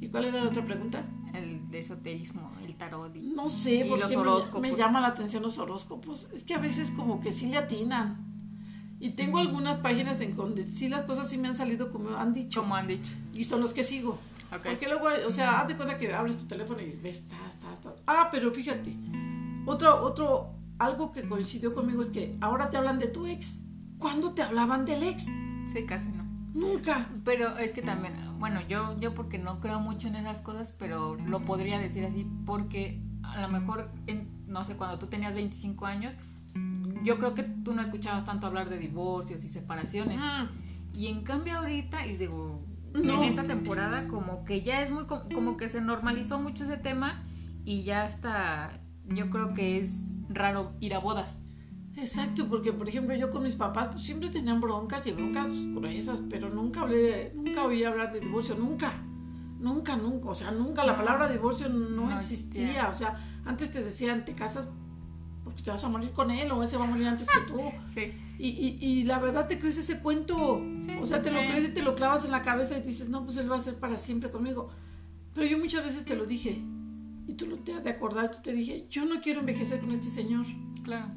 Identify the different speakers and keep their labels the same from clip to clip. Speaker 1: ¿Y cuál era la otra pregunta?
Speaker 2: El esoterismo, el tarot. y-
Speaker 1: No sé,
Speaker 2: Y
Speaker 1: porque
Speaker 2: los
Speaker 1: me-
Speaker 2: horóscopos.
Speaker 1: me, llama la atención los horóscopos. Es que a veces como que sí le atinan. Y tengo algunas páginas en donde sí las cosas sí me han salido como han dicho.
Speaker 2: Como han dicho.
Speaker 1: Y son los que sigo.
Speaker 2: Ok.
Speaker 1: Porque luego, o sea, haz de cuenta que abres tu teléfono y ves, ta, ta, ta. Ah, pero fíjate, otro, otro, algo que coincidió conmigo es que ahora te hablan de tu ex. ¿Cuándo te hablaban del ex?
Speaker 2: Sí, casi no.
Speaker 1: Nunca.
Speaker 2: Pero es que también, bueno, yo, yo porque no creo mucho en esas cosas, pero lo podría decir así, porque a lo mejor, en- no sé, cuando tú tenías 25 años, yo creo que tú no escuchabas tanto hablar de divorcios y separaciones. Y en cambio ahorita, y digo,
Speaker 1: No.
Speaker 2: en esta temporada como que ya es muy, com- como que se normalizó mucho ese tema y ya hasta, yo creo que es raro ir a bodas.
Speaker 1: Exacto, porque por ejemplo yo con mis papás pues, siempre tenían broncas y broncas gruesas, pero nunca hablé, de- nunca oí hablar de divorcio, nunca, nunca, nunca, o sea, nunca la palabra divorcio no,
Speaker 2: No
Speaker 1: existía.
Speaker 2: existía.
Speaker 1: o sea, antes te decían te casas porque te vas a morir con él o él se va a morir antes que tú,
Speaker 2: Sí.
Speaker 1: y, y, y la verdad te crees ese cuento,
Speaker 2: Sí,
Speaker 1: o sea, te lo
Speaker 2: sí.
Speaker 1: crees y te lo clavas en la cabeza y dices, no, pues él va a ser para siempre conmigo, pero yo muchas veces te lo dije, y tú lo te has de acordar, yo te dije, yo no quiero envejecer con este señor,
Speaker 2: Claro.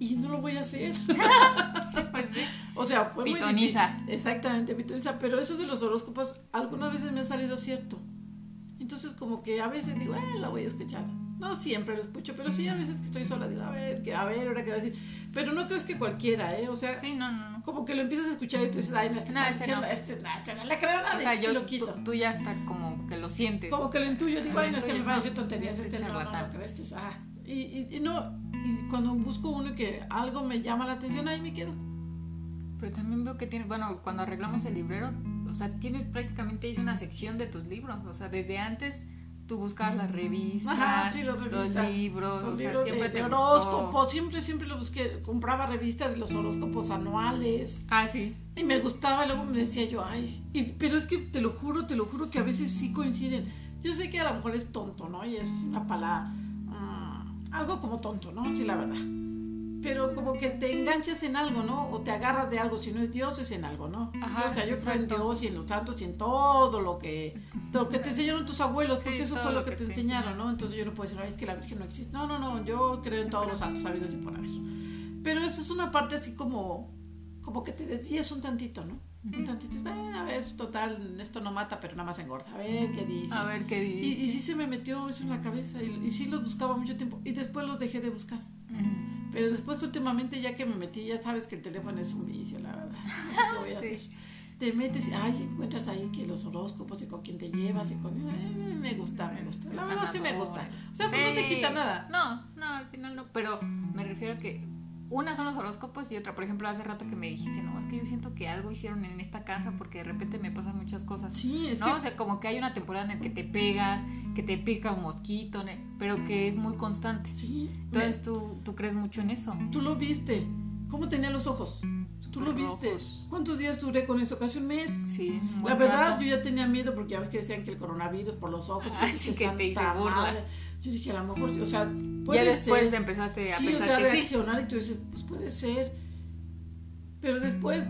Speaker 1: y no lo voy a hacer.
Speaker 2: Sí, pues sí.
Speaker 1: O sea, fue muy
Speaker 2: Pitoniza.
Speaker 1: difícil. Exactamente, pitoniza. Pero eso de los horóscopos, algunas veces me ha salido cierto. Entonces, como que a veces digo, eh, la voy a escuchar. No siempre lo escucho, pero sí a veces que estoy sola digo, a ver, que, a ver, ahora qué va a decir. Pero no crees que cualquiera, ¿eh? O sea,
Speaker 2: Sí, no, no, no.
Speaker 1: como que lo empiezas a escuchar y tú dices, ay, no, este
Speaker 2: No,
Speaker 1: está
Speaker 2: este
Speaker 1: diciendo,
Speaker 2: no.
Speaker 1: este, no, este no le creo nada.
Speaker 2: O sea,
Speaker 1: y
Speaker 2: yo,
Speaker 1: lo
Speaker 2: tú,
Speaker 1: quito.
Speaker 2: tú ya hasta como que lo sientes.
Speaker 1: Como que lo intuyo, digo,
Speaker 2: Lo
Speaker 1: ay, no, este
Speaker 2: intuyo,
Speaker 1: me va a
Speaker 2: no,
Speaker 1: decir tonterías,
Speaker 2: este
Speaker 1: este no, no, no,
Speaker 2: charlatán".
Speaker 1: no, este es, ah. Y, y, y no, y cuando busco uno que algo me llama la atención, ahí me quedo.
Speaker 2: Pero también veo que tiene, bueno, cuando arreglamos el librero, o sea, tiene prácticamente hizo una sección de tus libros. O sea, desde antes tú buscas las revistas,
Speaker 1: Ajá, sí, las revistas.
Speaker 2: los libros, o
Speaker 1: Los
Speaker 2: sea,
Speaker 1: libros de,
Speaker 2: siempre
Speaker 1: de
Speaker 2: te gustó.
Speaker 1: horóscopos, siempre, siempre lo busqué. Compraba revistas de los horóscopos anuales
Speaker 2: Ah, sí.
Speaker 1: y me gustaba. Y luego me decía yo, ay, y- pero es que te lo juro, te lo juro que a veces sí coinciden. Yo sé que a lo mejor es tonto, ¿no? Y es una palabra, ah, algo como tonto, ¿no? Sí, la verdad. Pero como que te enganchas en algo, ¿no? O te agarras de algo. Si no es Dios, es en algo, ¿no?
Speaker 2: Ajá,
Speaker 1: o sea, yo creo en
Speaker 2: exacto.
Speaker 1: Dios y en los santos y en todo lo que, lo que te enseñaron tus abuelos,
Speaker 2: Sí,
Speaker 1: porque eso
Speaker 2: todo
Speaker 1: fue lo
Speaker 2: lo
Speaker 1: que,
Speaker 2: que
Speaker 1: te
Speaker 2: te
Speaker 1: enseñaron,
Speaker 2: enseñaron.
Speaker 1: ¿no? Entonces yo no puedo decir, ay, es que la Virgen no existe. No, no, no, yo creo en todos los santos sabidos y por haber. Pero eso es una parte así como, como que te desvías un tantito, ¿no? Un tantito, bueno, a ver, total, esto no mata, pero nada más engorda. A ver qué dice.
Speaker 2: A ver qué
Speaker 1: Y,
Speaker 2: dice.
Speaker 1: y sí se me metió eso en la cabeza y, y sí los buscaba mucho tiempo y después los dejé de buscar.
Speaker 2: Mm.
Speaker 1: Pero después últimamente ya que me metí, ya sabes que el teléfono es un vicio, la verdad. No sé qué voy a
Speaker 2: Sí.
Speaker 1: hacer. Te metes, y, ay, encuentras ahí que los horóscopos y con quién te llevas y con... eh, me gusta, me gusta. La verdad sí me gusta. O sea, pues no te
Speaker 2: Sí.
Speaker 1: quita nada.
Speaker 2: No, no, al final no. Pero me refiero a que una son los horóscopos y otra, por ejemplo, hace rato que me dijiste, no, es que yo siento que algo hicieron en esta casa porque de repente me pasan muchas cosas.
Speaker 1: Sí, es
Speaker 2: ¿no?
Speaker 1: que...
Speaker 2: O sea, como que hay una temporada en la que te pegas, que te pica un mosquito, ne- pero que es muy constante.
Speaker 1: Sí.
Speaker 2: Entonces tú, tú crees mucho en eso.
Speaker 1: Tú lo viste. ¿Cómo tenía los ojos? Tú lo
Speaker 2: Superrojos.
Speaker 1: viste. ¿Cuántos días duré con eso? Casi un mes.
Speaker 2: Sí, un
Speaker 1: La
Speaker 2: buen
Speaker 1: verdad,
Speaker 2: rato.
Speaker 1: yo ya tenía miedo porque ya ves que decían que el coronavirus por los ojos.
Speaker 2: Ah, sí, que te hice
Speaker 1: "Santa
Speaker 2: burla".
Speaker 1: madre". Yo dije, a lo mejor, sí, o sea, puede
Speaker 2: ya después
Speaker 1: ser.
Speaker 2: empezaste a
Speaker 1: sí, o
Speaker 2: pensar
Speaker 1: sea,
Speaker 2: que sí.
Speaker 1: reaccionar y tú dices, pues puede ser. Pero después,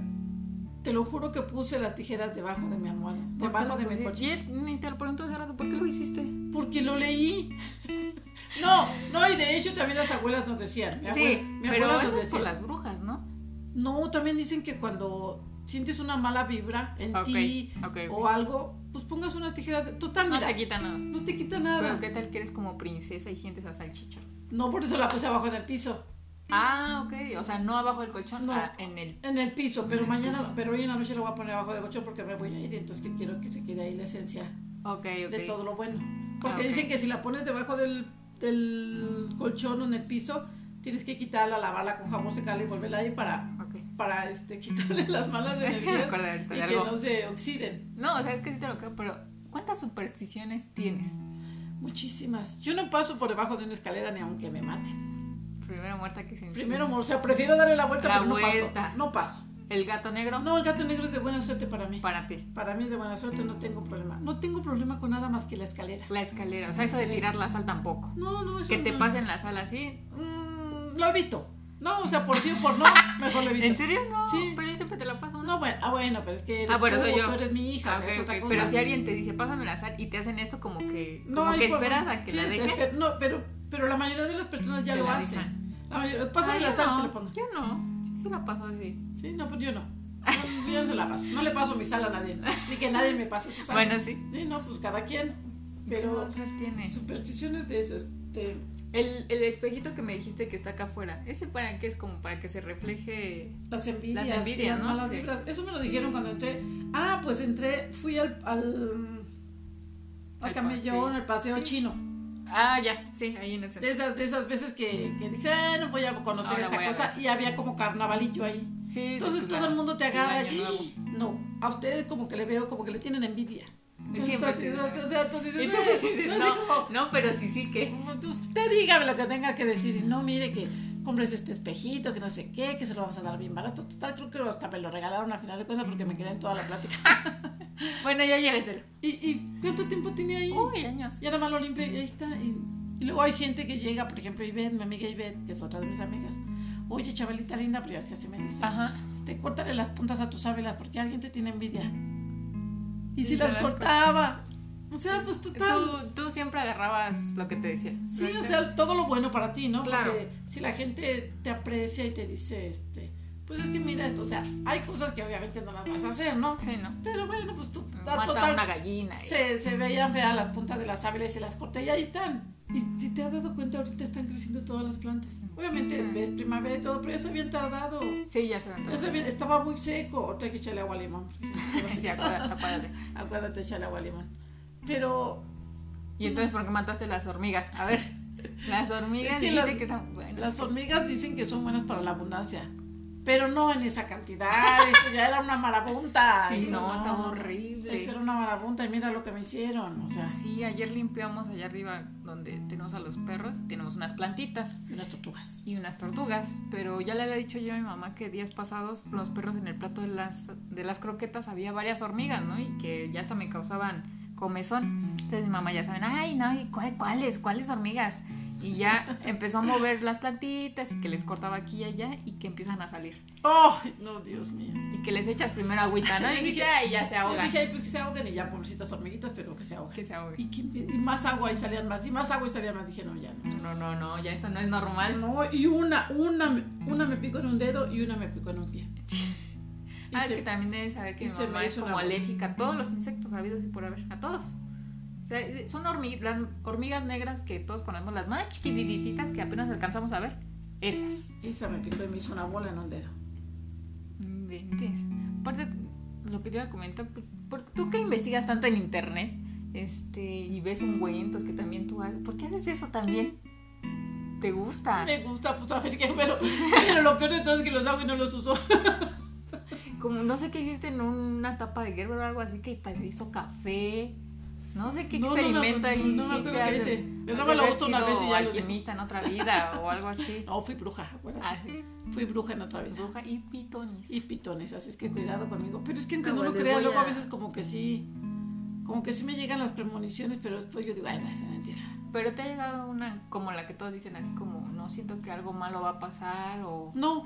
Speaker 1: te lo juro que puse las tijeras debajo de mi almohada, debajo de mi Mm.
Speaker 2: Pues,
Speaker 1: coche.
Speaker 2: y él ni te lo preguntó hace rato, ¿por qué lo hiciste?
Speaker 1: Porque lo leí. No, no, y de hecho también las abuelas nos decían. Mi abuela,
Speaker 2: sí,
Speaker 1: mi
Speaker 2: pero
Speaker 1: abuela
Speaker 2: eso
Speaker 1: nos
Speaker 2: es por
Speaker 1: decía.
Speaker 2: las brujas, ¿no?
Speaker 1: No, también dicen que cuando sientes una mala vibra en
Speaker 2: Ok,
Speaker 1: ti
Speaker 2: ok, ok.
Speaker 1: o algo, pues pongas unas tijeras. de- Total,
Speaker 2: No
Speaker 1: mira,
Speaker 2: te quita nada.
Speaker 1: no te quita nada.
Speaker 2: Pero ¿qué tal que eres como princesa y sientes hasta el chichar?
Speaker 1: No, por eso la puse abajo en el piso.
Speaker 2: Ah, ok. O sea, no abajo del colchón,
Speaker 1: No.
Speaker 2: ah, en el...
Speaker 1: En el piso, pero
Speaker 2: En el
Speaker 1: mañana,
Speaker 2: piso.
Speaker 1: pero hoy en la noche lo voy a poner abajo de colchón porque me voy a ir, entonces que quiero que se quede ahí la esencia
Speaker 2: Ok, ok. Ah,
Speaker 1: de todo lo bueno. Porque
Speaker 2: ok.
Speaker 1: dicen que si la pones debajo del, del colchón o en el piso, tienes que quitarla, lavarla con jabón, secarla y volverla ahí para,
Speaker 2: Ok.
Speaker 1: para este, quitarle las malas
Speaker 2: Es que me
Speaker 1: energías
Speaker 2: acordé ahorita
Speaker 1: y
Speaker 2: de
Speaker 1: que
Speaker 2: algo.
Speaker 1: no se oxiden.
Speaker 2: No, o sea, es que sí te lo creo, pero ¿cuántas supersticiones tienes?
Speaker 1: Muchísimas. Yo no paso por debajo de una escalera ni aunque me maten.
Speaker 2: Primero muerta que sin
Speaker 1: Primero, o sea, prefiero darle la vuelta,
Speaker 2: La
Speaker 1: pero no
Speaker 2: vuelta.
Speaker 1: paso. No paso.
Speaker 2: El gato negro
Speaker 1: No, el gato negro es de buena suerte para mí.
Speaker 2: para ti.
Speaker 1: Para mí es de buena suerte, no tengo problema. No tengo problema con nada más que la escalera.
Speaker 2: La escalera, o sea, eso de
Speaker 1: Sí.
Speaker 2: tirar la sal tampoco.
Speaker 1: No, no, eso
Speaker 2: Que te
Speaker 1: no.
Speaker 2: pasen la sal así.
Speaker 1: Mm, lo evito. No, o sea, por sí o por no, mejor lo evito.
Speaker 2: ¿En serio? No,
Speaker 1: Sí.
Speaker 2: pero yo siempre te la paso.
Speaker 1: No, bueno, ah, bueno, pero es que eres
Speaker 2: Ah, bueno,
Speaker 1: tú,
Speaker 2: soy yo.
Speaker 1: tú eres mi
Speaker 2: Ah,
Speaker 1: hija, o sea,
Speaker 2: ok,
Speaker 1: es otra
Speaker 2: ok.
Speaker 1: cosa.
Speaker 2: Pero si alguien te dice, pásame la sal y te hacen esto como que,
Speaker 1: No,
Speaker 2: como que
Speaker 1: y por-
Speaker 2: esperas a que
Speaker 1: sí,
Speaker 2: la
Speaker 1: te
Speaker 2: dejen.
Speaker 1: esper- No, pero, pero la mayoría de las personas ya
Speaker 2: te
Speaker 1: lo
Speaker 2: la
Speaker 1: hacen.
Speaker 2: dejan.
Speaker 1: La mayoría, pásame
Speaker 2: Ah,
Speaker 1: la
Speaker 2: yo
Speaker 1: sal,
Speaker 2: no,
Speaker 1: te la pongo.
Speaker 2: Yo no, yo sí la paso así.
Speaker 1: Sí, no, pero yo no. No, Yo se la paso. No le paso mi sal a nadie. Ni que nadie me pase su sal.
Speaker 2: Bueno, sí.
Speaker 1: Sí, no, pues cada quien.
Speaker 2: Pero
Speaker 1: Pero-
Speaker 2: otra tienes?
Speaker 1: Supersticiones de esas. Este,
Speaker 2: El, el espejito que me dijiste que está acá afuera, ¿ese para qué es? Como para que se refleje.
Speaker 1: Las envidias,
Speaker 2: Las
Speaker 1: las
Speaker 2: envidias,
Speaker 1: las
Speaker 2: ¿no?
Speaker 1: malas
Speaker 2: Sí.
Speaker 1: vibras. Eso me lo dijeron cuando entré. Ah, pues entré, fui al al, al
Speaker 2: Al
Speaker 1: camellón,
Speaker 2: paseo.
Speaker 1: al paseo
Speaker 2: Sí.
Speaker 1: chino.
Speaker 2: Ah, ya, sí, ahí en el
Speaker 1: De
Speaker 2: centro.
Speaker 1: esas, de esas veces que, que dice, "Ah, no voy a conocer
Speaker 2: Ahora voy
Speaker 1: esta
Speaker 2: a
Speaker 1: cosa. Y había como carnavalillo ahí.
Speaker 2: Sí, pues,
Speaker 1: Entonces
Speaker 2: claro.
Speaker 1: todo el mundo te
Speaker 2: El
Speaker 1: agarra.
Speaker 2: año nuevo.
Speaker 1: y- No, a ustedes como que le veo, como que le tienen envidia. Entonces, tú,
Speaker 2: Siempre
Speaker 1: así,
Speaker 2: te-
Speaker 1: o sea, tú dices,
Speaker 2: Entonces,
Speaker 1: "Eh", tú así
Speaker 2: no.
Speaker 1: como,
Speaker 2: No, pero sí, sí que.
Speaker 1: Usted dígame lo que tenga que decir. Y no, mire que compres este espejito, que no sé qué, que se lo vas a dar bien barato. Total, creo que hasta me lo regalaron a final de cuentas porque me quedé en toda la plática.
Speaker 2: Bueno, ya lléveselo.
Speaker 1: ¿Y, y cuánto tiempo tiene ahí?
Speaker 2: Uy, años.
Speaker 1: Y ahora más lo limpio y ahí está. Y, y luego hay gente que llega, por ejemplo, Ivette, mi amiga Ivette, que es otra de mis amigas. Oye, chavalita linda, pero ya es que así me dice.
Speaker 2: Ajá.
Speaker 1: Este, córtale las puntas a tus ávilas porque alguien te tiene envidia. Y si
Speaker 2: Y te
Speaker 1: las
Speaker 2: las
Speaker 1: cortaba. O sea, pues total.
Speaker 2: Tú, tú siempre agarrabas lo que te decía.
Speaker 1: Sí, o sea, todo lo bueno para ti, ¿no?
Speaker 2: Claro.
Speaker 1: Porque si la gente te aprecia y te dice, este, pues es que mira esto, o sea, hay cosas que obviamente no las vas a hacer, ¿no?
Speaker 2: Sí, ¿no?
Speaker 1: Pero bueno, pues tú,
Speaker 2: Mata
Speaker 1: ta-
Speaker 2: a una
Speaker 1: total,
Speaker 2: gallina. y-
Speaker 1: se, se veían feas las puntas de las áviles y se las corté y ahí están. Y si te has dado cuenta, ahorita están creciendo todas las plantas. Obviamente
Speaker 2: Ujú.
Speaker 1: ves primavera y todo, pero ya se habían tardado.
Speaker 2: Sí, ya se lo
Speaker 1: Ya se
Speaker 2: entendí.
Speaker 1: habían- estaba muy seco. Ahorita hay que echarle agua a limón. porque si no se queda
Speaker 2: Sí,
Speaker 1: seco.
Speaker 2: acuérdate, acuérdate.
Speaker 1: Acuérdate de echarle agua a limón. Pero
Speaker 2: Y entonces, ¿por qué mataste las hormigas? A ver, las hormigas
Speaker 1: Es que
Speaker 2: dicen
Speaker 1: las-
Speaker 2: que son buenas.
Speaker 1: Las hormigas dicen que son buenas para la abundancia, pero no en esa cantidad. Eso ya era una marabunta.
Speaker 2: Sí,
Speaker 1: eso
Speaker 2: no, estaba horrible.
Speaker 1: Eso era una marabunta y mira lo que me hicieron. O sea,
Speaker 2: Sí, ayer limpiamos allá arriba donde tenemos a los perros, tenemos unas plantitas
Speaker 1: unas tortugas.
Speaker 2: y unas tortugas, pero ya le había dicho yo a mi mamá que días pasados los perros en el plato de las, de las croquetas había varias hormigas, ¿no? Y que ya hasta me causaban comezón. Entonces mi mamá ya saben, ay, no, ¿y cuál- cuáles? ¿Cuáles hormigas? Y ya empezó a mover las plantitas y que les cortaba aquí y allá y que empiezan a salir.
Speaker 1: ¡Oh! No, Dios mío.
Speaker 2: Y que les echas primero agüita, ¿no?
Speaker 1: Yo
Speaker 2: Y
Speaker 1: dije-
Speaker 2: ya, y ya se
Speaker 1: Yo
Speaker 2: ahogan.
Speaker 1: dije, ay, pues que se ahoguen y ya, pobrecitas hormiguitas, pero que se ahoguen.
Speaker 2: Que se ahoguen.
Speaker 1: Y, que- y más agua y salían más, y más agua y salían más. Dije, no, ya no.
Speaker 2: No, no, no, ya esto no es normal.
Speaker 1: No, y una, una, una me picó en un dedo y una me picó en un pie. Y
Speaker 2: Ah, es
Speaker 1: se-
Speaker 2: que también deben saber que
Speaker 1: y
Speaker 2: mi
Speaker 1: se
Speaker 2: mamá
Speaker 1: me
Speaker 2: es
Speaker 1: hizo
Speaker 2: como
Speaker 1: una-
Speaker 2: alérgica a todos los insectos habidos y por haber, a todos. O sea, eh, son hormi- las hormigas negras que todos conocemos, las más chiquitititas que apenas alcanzamos a ver. Esas.
Speaker 1: Esa me picó y me hizo una bola en un dedo. Mm,
Speaker 2: Inventes. Aparte, lo que te iba a comentar, pues, ¿por- tú que investigas tanto en internet este, y ves ungüentos que también tú haces, ¿por qué haces eso también? ¿Te gusta?
Speaker 1: Me gusta, pues a ver qué, pero, pero lo peor de todo es que los hago y no los uso.
Speaker 2: Como no sé qué hiciste en una tapa de Gerber o algo así que hasta se hizo café. No sé qué
Speaker 1: No, no me-
Speaker 2: experimento
Speaker 1: no,
Speaker 2: ahí
Speaker 1: no me
Speaker 2: hiciste,
Speaker 1: acuerdo qué
Speaker 2: has de-
Speaker 1: hice, pero no
Speaker 2: has
Speaker 1: me
Speaker 2: de
Speaker 1: lo
Speaker 2: haber
Speaker 1: uso una
Speaker 2: sido
Speaker 1: vez y ya lo dejé.
Speaker 2: alquimista Ah. en otra vida o algo así.
Speaker 1: No, fui bruja, acuérdate.
Speaker 2: Así,
Speaker 1: Fui bruja en otra vida.
Speaker 2: bruja y pitones.
Speaker 1: Y pitones, así es que cuidado conmigo. Pero es que aunque
Speaker 2: Luego
Speaker 1: no lo
Speaker 2: les
Speaker 1: crea,
Speaker 2: voy
Speaker 1: luego a
Speaker 2: a-
Speaker 1: veces como que sí, como que sí me llegan las premoniciones, pero después yo digo, ay, no, esa es mentira.
Speaker 2: Pero te ha llegado una como la que todos dicen así como no siento que algo malo va a pasar o
Speaker 1: No,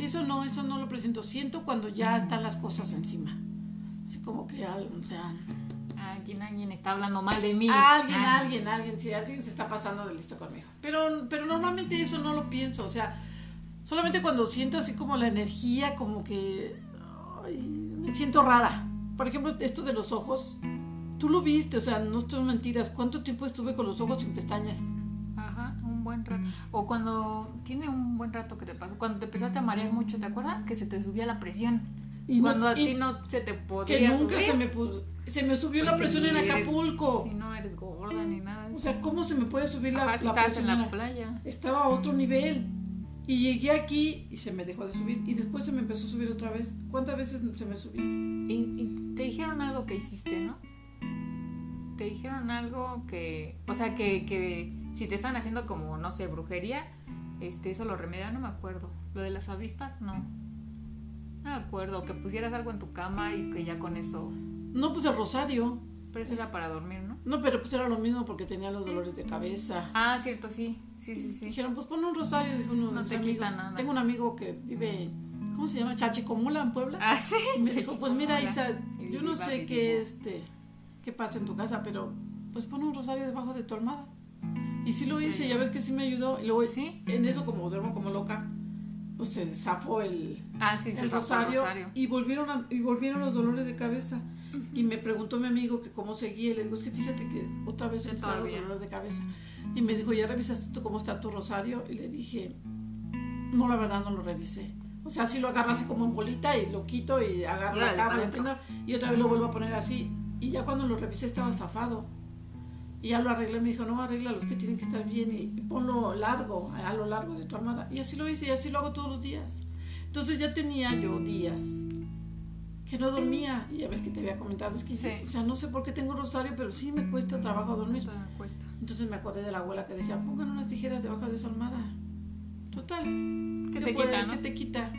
Speaker 1: eso no, eso no lo presento. Siento cuando ya están las cosas encima. Así como que algo, o sea,
Speaker 2: alguien alguien está hablando mal de mí.
Speaker 1: Alguien,
Speaker 2: Ah,
Speaker 1: alguien, alguien, sí, alguien se está pasando de listo conmigo. Pero, pero normalmente eso no lo pienso, o sea, solamente cuando siento así como la energía, como que ay, me siento rara. Por ejemplo, esto de los ojos, tú lo viste, o sea, no son mentiras. ¿Cuánto tiempo estuve con los ojos sin pestañas?
Speaker 2: Ajá, un buen rato.
Speaker 1: Mm.
Speaker 2: O cuando tiene un buen rato que te pasó, cuando te empezaste a marear mucho, ¿te acuerdas? Que se te subía la presión.
Speaker 1: Y no-
Speaker 2: cuando a
Speaker 1: y
Speaker 2: ti no se te podía
Speaker 1: que nunca
Speaker 2: subir.
Speaker 1: se me pu- se me subió la
Speaker 2: Porque
Speaker 1: presión en
Speaker 2: eres-
Speaker 1: Acapulco.
Speaker 2: Si no eres gorda ni nada. de
Speaker 1: O
Speaker 2: eso.
Speaker 1: sea, ¿cómo se me puede subir la,
Speaker 2: Ajá, si
Speaker 1: la
Speaker 2: estabas
Speaker 1: presión?
Speaker 2: en
Speaker 1: en
Speaker 2: la
Speaker 1: la-
Speaker 2: playa.
Speaker 1: Estaba a otro nivel. Y llegué aquí y se me dejó de subir. Y después se me empezó a subir otra vez. ¿Cuántas veces se me subió?
Speaker 2: Y, y te dijeron algo que hiciste, ¿no? Te dijeron algo que. O sea, que, que si te están haciendo como, no sé, brujería, este, eso lo remediaron, no me acuerdo. Lo de las avispas, no. No me acuerdo. Que pusieras algo en tu cama y que ya con eso.
Speaker 1: No, pues el rosario.
Speaker 2: Pero eso era para dormir, ¿no?
Speaker 1: No, pero pues era lo mismo porque tenía los dolores de cabeza.
Speaker 2: Ah, cierto, sí. Sí, sí, sí.
Speaker 1: Dijeron, pues pon un rosario, dijo uno de
Speaker 2: No
Speaker 1: mis
Speaker 2: te
Speaker 1: amigos.
Speaker 2: quita nada.
Speaker 1: Tengo un amigo que vive, ¿cómo se llama? Chachicomula en Puebla.
Speaker 2: Ah, sí.
Speaker 1: Y me dijo, pues mira,
Speaker 2: Hola.
Speaker 1: Isa,
Speaker 2: Y
Speaker 1: yo no
Speaker 2: viva,
Speaker 1: sé
Speaker 2: viva.
Speaker 1: qué este qué pasa en tu casa, pero pues pon un rosario debajo de tu almohada. Y sí lo hice, ya ves que sí me ayudó. Y luego
Speaker 2: Sí.
Speaker 1: en eso como duermo como loca, pues se zafó el,
Speaker 2: Ah, sí, se
Speaker 1: el
Speaker 2: sacó el
Speaker 1: rosario,
Speaker 2: rosario.
Speaker 1: y volvieron a- y volvieron los dolores de cabeza. Y me preguntó mi amigo que cómo seguía, y le digo, es que fíjate que otra vez
Speaker 2: Que
Speaker 1: empezaron los
Speaker 2: todavía.
Speaker 1: dolores de cabeza. Y me dijo, ¿ya revisaste tú cómo está tu rosario? Y le dije, no, la verdad no lo revisé. O sea, así lo agarro así como en bolita y lo quito y agarro
Speaker 2: Y
Speaker 1: la
Speaker 2: órale,
Speaker 1: cama,
Speaker 2: para
Speaker 1: la
Speaker 2: adentro.
Speaker 1: tienda, y otra vez lo vuelvo a poner así. Y ya cuando lo revisé estaba zafado. Y ya lo arreglé, me dijo, no, arregla los que tienen que estar bien y ponlo largo, a lo largo de tu armada. Y así lo hice y así lo hago todos los días. Entonces ya tenía yo días que no dormía. Y ya ves que te había comentado, es que,
Speaker 2: Sí.
Speaker 1: o sea, no sé por qué tengo un rosario, pero sí me cuesta trabajo dormir.
Speaker 2: Eso me cuesta.
Speaker 1: Entonces me acordé de la abuela que decía, pongan unas tijeras debajo de su almohada. Total,
Speaker 2: Que
Speaker 1: ¿qué
Speaker 2: te
Speaker 1: puede-
Speaker 2: quita, ¿no?
Speaker 1: qué te quita?